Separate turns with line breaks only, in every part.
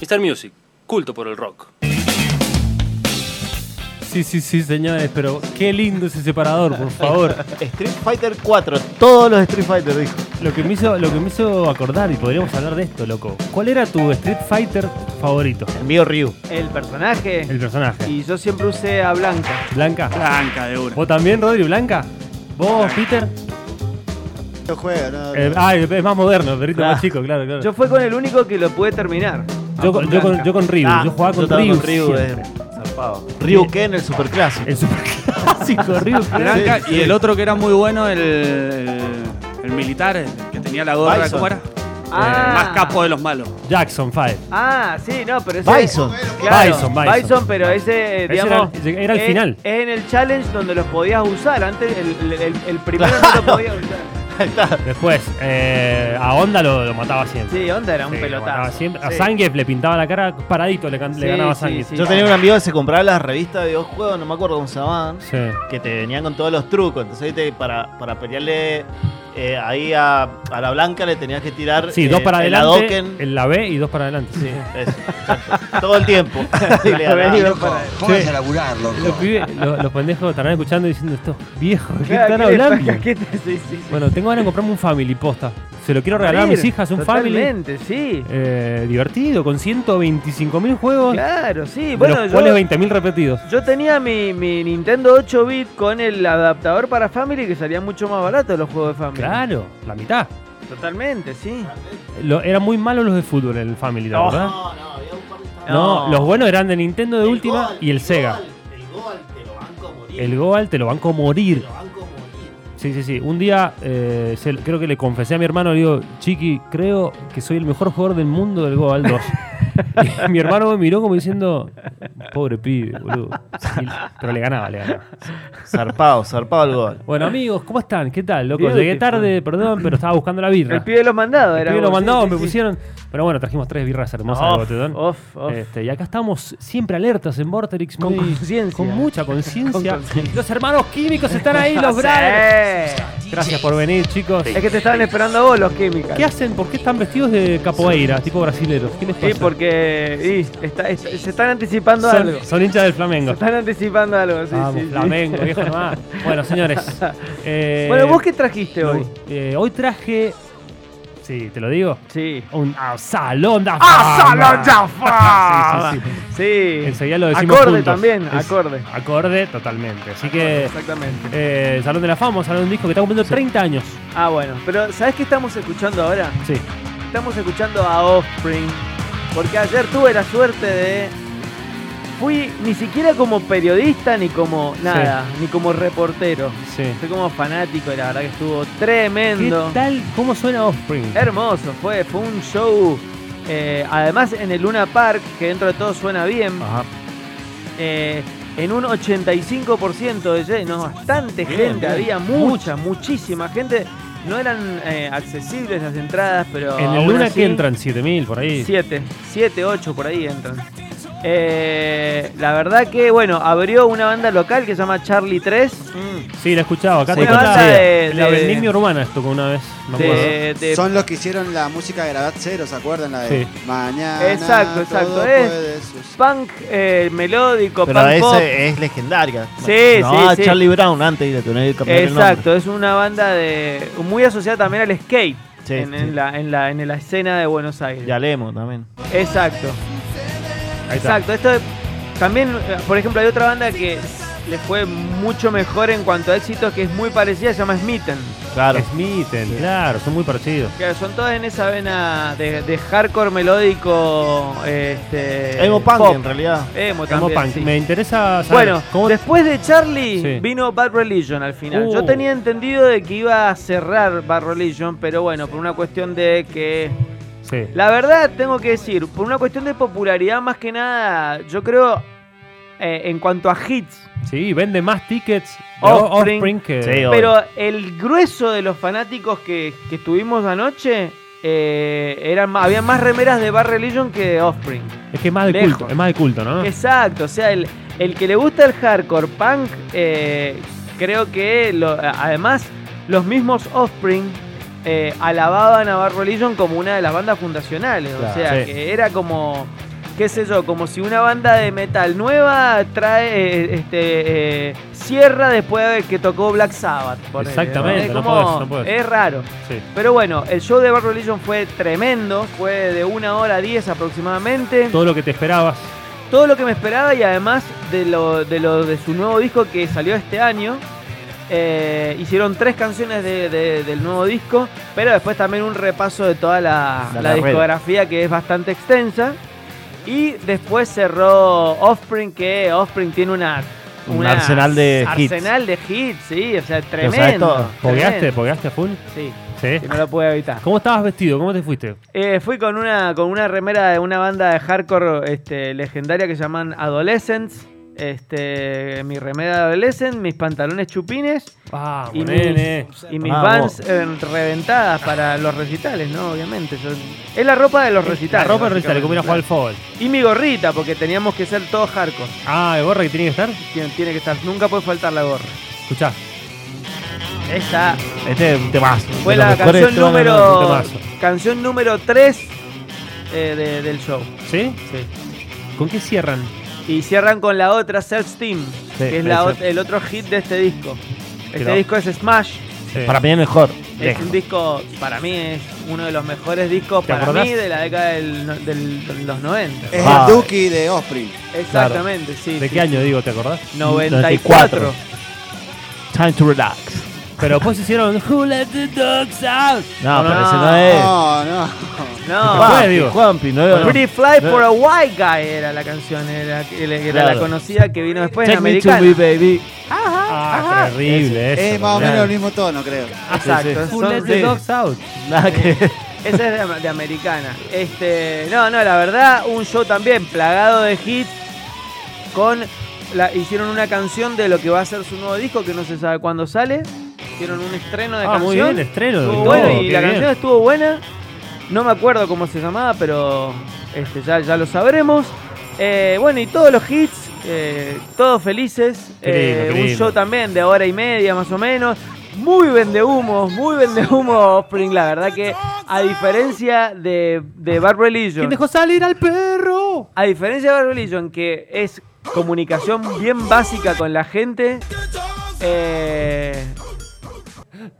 Star Music, culto por el rock.
Sí, sí, sí, señores, pero qué lindo ese separador, por favor.
Street Fighter 4, todos los Street Fighter, dijo.
Lo que, me hizo, lo que me hizo acordar, y podríamos hablar de esto, loco. ¿Cuál era tu Street Fighter favorito?
El mío Ryu.
El personaje.
El personaje.
Y yo siempre usé a Blanca.
¿Blanca?
Blanca de una.
¿Vos también, Rodri Blanca? ¿Vos, Peter?
Yo juego, no,
Eh,
no.
ah, es más moderno, el perrito
Claro.
más chico, claro, claro.
Yo fue con el único que lo pude terminar.
Yo, con- yo con,
Blanca.
yo con Ryu,
Ah,
yo jugaba con
también
Ryu.
con Ryu,
siempre. Eh,
eh, zarpado. Ryu Ken, el superclásico.
El superclásico Ryu.
Blanca y el otro que era muy bueno, el, el- el militar, el que tenía la gorra,
Bison.
¿cómo era?
Ah.
El más capo de los malos.
Jackson 5.
Ah, sí, no, pero ese.
Bison.
Claro,
Bison,
Bison,
Bison.
pero ese, eh,
Ese
digamos.
era el- era el
es-
final.
Es en el challenge donde los podías usar. Antes, el, el- el- el primero no lo podías usar.
Ahí está.
Después, eh, a Onda lo, lo mataba siempre.
Sí, onda, era un
Sí, lo mataba
pelotazo.
siempre. A
Sí.
Zangief le pintaba la cara paradito, le, can- le
Sí,
ganaba a
sí,
Zangief.
sí.
Sí,
Yo tenía un amigo que se compraba las revistas de videojuegos, no me acuerdo cómo se llamaban, que te venían con todos los trucos. Entonces, viste, para, para pelearle eh, ahí a, a la blanca le tenías que tirar
Sí,
eh,
dos para
el
adelante,
Hadouken.
en la B y dos para adelante. sí.
Eso, exacto. todo el tiempo. Y le ganaba.
Loco, pónganse a laburar,
Los,
loco.
pibes- lo- los pendejos estarán escuchando y diciendo estos viejos, ¿qué están
Claro, ¿qué le pasa?
hablando?
¿Qué te- sí, sí, sí.
Bueno, tengo ganas de comprarme un family posta. Se lo quiero regalar a mis
Morir,
hijas, un family.
Totalmente, sí.
eh, divertido, con 125 mil juegos,
Claro, sí.
de
Bueno,
los cuales
yo,
20 mil repetidos.
yo tenía mi, mi Nintendo 8 bit con el adaptador para Family que salía mucho más barato los juegos de Family.
Claro, la mitad.
Totalmente, sí.
Lo- eran muy malos los de fútbol en el family, la
No.
verdad.
No, no, había un par de estaban-
No,
No.
los buenos eran de Nintendo de
El
última
Goal,
y el Sega.
Goal, el gol, te lo banco a morir.
El Goal te lo van a
te
morir.
lo banco a morir.
Sí, sí, sí. Un día eh, se- creo que le confesé a mi hermano, le digo, Chiqui, creo que soy el mejor jugador del mundo del Goal 2. Y mi hermano me miró como diciendo, pobre pibe, boludo. Y- pero le ganaba, le ganaba.
Zarpado, zarpado el gol.
Bueno, amigos, ¿cómo están? ¿Qué tal, loco?
Beautiful.
Llegué tarde, perdón, pero estaba buscando la birra.
El pibe de los mandados
El
era.
pibe lo
vos, sí,
mandó,
sí,
me
sí. Oh,
pusieron. Pero bueno, trajimos tres birras hermosas de botellón.
Off, off.
Este, y acá estamos siempre alertas en Vorterix.
Con
muy-
conciencia.
Con mucha conciencia.
Con conciencia.
los hermanos químicos están ahí, los
Sí.
brothers. Gracias por venir, chicos.
Es que te estaban esperando a vos los químicas.
¿Qué hacen? ¿Por qué están vestidos de capoeira, tipo brasileros? ¿Qué les
Sí,
pasa?
porque y, está- está- se están anticipando algo.
son, son hinchas del
Se
Flamengo.
están anticipando algo, sí,
Vamos,
sí, sí.
Flamengo, viejo nomás. Bueno, señores. eh,
Bueno, ¿vos qué trajiste hoy?
eh, hoy traje. Sí, te lo digo.
Sí.
Un ah, salón de
¡Ah,
fama.
Salón
Sí, sí, sí.
Sí.
Enseguida lo decimos
Acorde
juntos.
también,
Es-
acorde.
Acorde totalmente. Así que
Exactamente.
eh, el Salón de la Fama, Salón de un disco que está cumpliendo 30 años.
Ah, bueno. Pero ¿sabés qué estamos escuchando ahora?
Sí.
Estamos escuchando a Offspring. Porque ayer tuve la suerte de. Fui ni siquiera como periodista, ni como nada, ni como reportero.
Sí.
Fui como fanático y la verdad que estuvo
¿Qué
tremendo.
tal? ¿Cómo suena Offspring?
Hermoso, fue, fue un show. eh, además en el Luna Park, que dentro de todo suena bien,
Ajá.
eh, en un 85% de lleno, bastante gente, había mucha, muchísima gente. No eran eh, accesibles las entradas, pero.
En el
aún
Luna
así,
que entran 7000 por ahí.
7, 7, 8 por ahí entran. Eh, la verdad que, bueno, abrió una banda local que se llama Charlie 3.
Sí, la he escuchado. Acá
Sí,
tocó
banda
la,
de-
la
de-
vendimia urbana esto con una vez. Me acuerdo.
de- de-
Son los que hicieron la música de Grabat Cero, ¿se acuerdan? La de
Sí.
Mañana.
Exacto,
todo
exacto, es-
puede suceder.
punk eh, melódico,
Pero
punk pop.
ese es legendaria.
Sí,
no,
sí, sí.
Charlie Brown antes de tener que cambiar
Exacto, es una banda de muy asociada también al skate
Sí,
en, en
sí.
la, en, la, en la escena de Buenos
el
Aires.
nombre. Y a Lemo también.
Exacto,
Ahí está.
exacto. Esto es- también, eh, por ejemplo, hay otra banda que les fue mucho mejor en cuanto a éxito que es muy parecida, se llama Smitten.
Claro.
Smithen, claro, son muy parecidos.
Que son todas en esa vena de, de hardcore melódico. Este,
Emo Punk
pop.
en realidad.
Emo
Como
también,
punk.
sí.
Me interesa saber
Bueno,
cómo.
después de Charlie
Sí.
vino Bad Religion al final.
Uh.
Yo tenía entendido de que iba a cerrar Bad Religion, pero bueno, por una cuestión de que...
Sí.
La verdad, tengo que decir, por una cuestión de popularidad más que nada, yo creo, eh, en cuanto a hits,
sí, vende más tickets de Offspring,
Offspring.
que.
Sí, obvio.
pero el grueso de los fanáticos que, que tuvimos anoche, eh, eran más- había más remeras de Bad Religion que de Offspring.
Es que es más de
Lejos.
culto, es más de culto, ¿no?
Exacto, o sea, el, el que le gusta el hardcore punk, eh, creo que lo- además los mismos Offspring eh, alababan a Bad Religion como una de las bandas fundacionales, o
Claro,
sea,
sí.
que era como qué sé yo, como si una banda de metal nueva trae, eh, este, eh, cierra después de que tocó Black Sabbath. ponele, ¿no?
Exactamente,
Es
no
como-
podés, no podés.
Es raro.
Sí.
Pero bueno, el show de Bad Religion fue tremendo, fue de una hora 10 aproximadamente.
Todo lo que te esperabas.
Todo lo que me esperaba y además de lo de, lo, de su nuevo disco que salió este año. eh, hicieron tres canciones de- de- del nuevo disco, pero después también un repaso de toda la,
La
la
carrera.
discografía que es bastante extensa. Y después cerró Offspring, que Offspring tiene una,
Un arsenal de hits.
arsenal de hits, sí, o sea,
sabes
tremendo.
todo.
¿Pogueaste?
tremendo.
¿Pogueaste a full?
Sí,
Sí.
que no lo pude evitar.
¿Cómo estabas vestido? ¿Cómo te fuiste?
Eh, fui con una, con una remera de una banda de hardcore este, legendaria que se llaman Adolescents. Este, mi remera de Adolescent, mis pantalones chupines
Vamos,
y
nene.
mis, y mis
Vamos.
vans eh, reventadas para los recitales, ¿no? Obviamente. yo- es la ropa de los
La
recitales.
ropa revista, le comí a jugar al
básicamente.
fútbol.
Y mi gorrita, porque teníamos que ser todos hardcore.
Ah, ¿el gorra que tiene que estar?
Tiene, tiene que estar, nunca puede faltar la gorra.
Escuchá.
Esta
Este es un temazo.
fue
De los
la
mejores
canción
temas de los
número,
temazo.
canción número 3 del show.
¿Sí?
Sí.
¿Con qué cierran?
Y cierran con la otra, Search Team, que es la
exacto.
ot- el otro hit de este disco. Este
Pero-
disco es Smash.
Para mí es mejor.
Es
Lejos.
un disco, para mí, es uno de los mejores discos
¿Te
para
acordás?
mí de la década del no- del- de los 90.
Es
Ah.
el Duki de Osprey.
Exactamente, sí.
¿De
sí.
qué año digo, te acordás?
94.
Time to relax.
Pero después hicieron Who Let the Dogs Out.
No,
No,
pero
no.
ese no es.
No, no.
No.
Juan,
Juanpi,
digo.
Juanpi, no, no.
Pretty Fly
No.
for a White Guy era la canción, era, era la
Eh. Claro.
conocida que vino después en
Take me to me,
americana.
baby.
Ah, terrible eso.
Es más o
boludo.
menos el mismo tono, creo.
Exacto.
Who
son-
Let the
sí.
Dogs Out.
Nada que.
Esa es de, am- de americana. Este, no, no, la verdad, un show también plagado de hits con la, hicieron una canción de lo que va a ser su nuevo disco que no se sabe cuándo sale. Hicieron un estreno de
Ah,
canción.
muy bien, estreno.
Estuvo
todo,
bueno y
qué
la
bien.
canción estuvo buena. No me acuerdo cómo se llamaba, pero este, ya, ya lo sabremos. Eh, bueno, y todos los hits, eh, todos felices.
Qué lindo,
Eh,
qué
un
lindo.
show también de hora y media más o menos. Muy vende humos, muy vende humo Offspring, la verdad que a diferencia de, de Bad Religion.
¿Quién dejó salir al perro?
A diferencia de Bad Religion, que es comunicación bien básica con la gente, eh,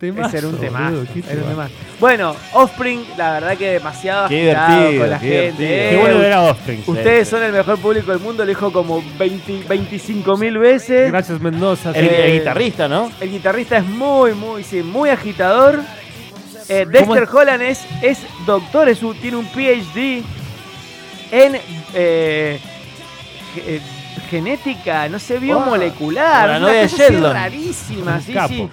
Temazo,
ese era un tema.
boludo, qué temazo.
Bueno, Offspring, la verdad que demasiado
Qué
agitado
divertido,
con la
qué
gente.
divertido.
eh.
Qué bueno ver a Offspring.
Ustedes son el mejor público del mundo, lo dijo como 20, 25 mil veces.
Gracias, Mendoza.
El,
Sí.
el guitarrista, ¿no?
El guitarrista es muy, muy, sí, muy agitador. Eh, Dexter Holland es, es doctor, es un- tiene un PhD en eh, ge- eh, genética, no sé, biomolecular.
Como la
una
novia de
cosa así
Sheldon.
rarísima,
Un
sí,
capo.
sí.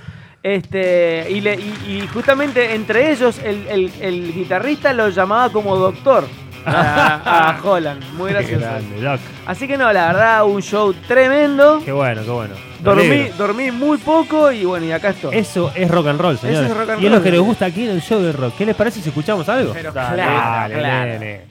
Este, y, le- y- y justamente entre ellos el, el- el guitarrista lo llamaba como doctor a, a Holland. Muy
Qué
gracioso.
grande, Doc.
Así que no, la verdad, un show tremendo.
Qué bueno, qué bueno. Me
Dormí,
alegro.
dormí muy poco y bueno, y acá estoy.
Eso es rock and roll, señores.
es rock and
y es lo
roll.
que les gusta aquí en el show de rock. ¿Qué les parece si escuchamos algo?
Pero
Dale,
claro,
dale,
claro.
nene.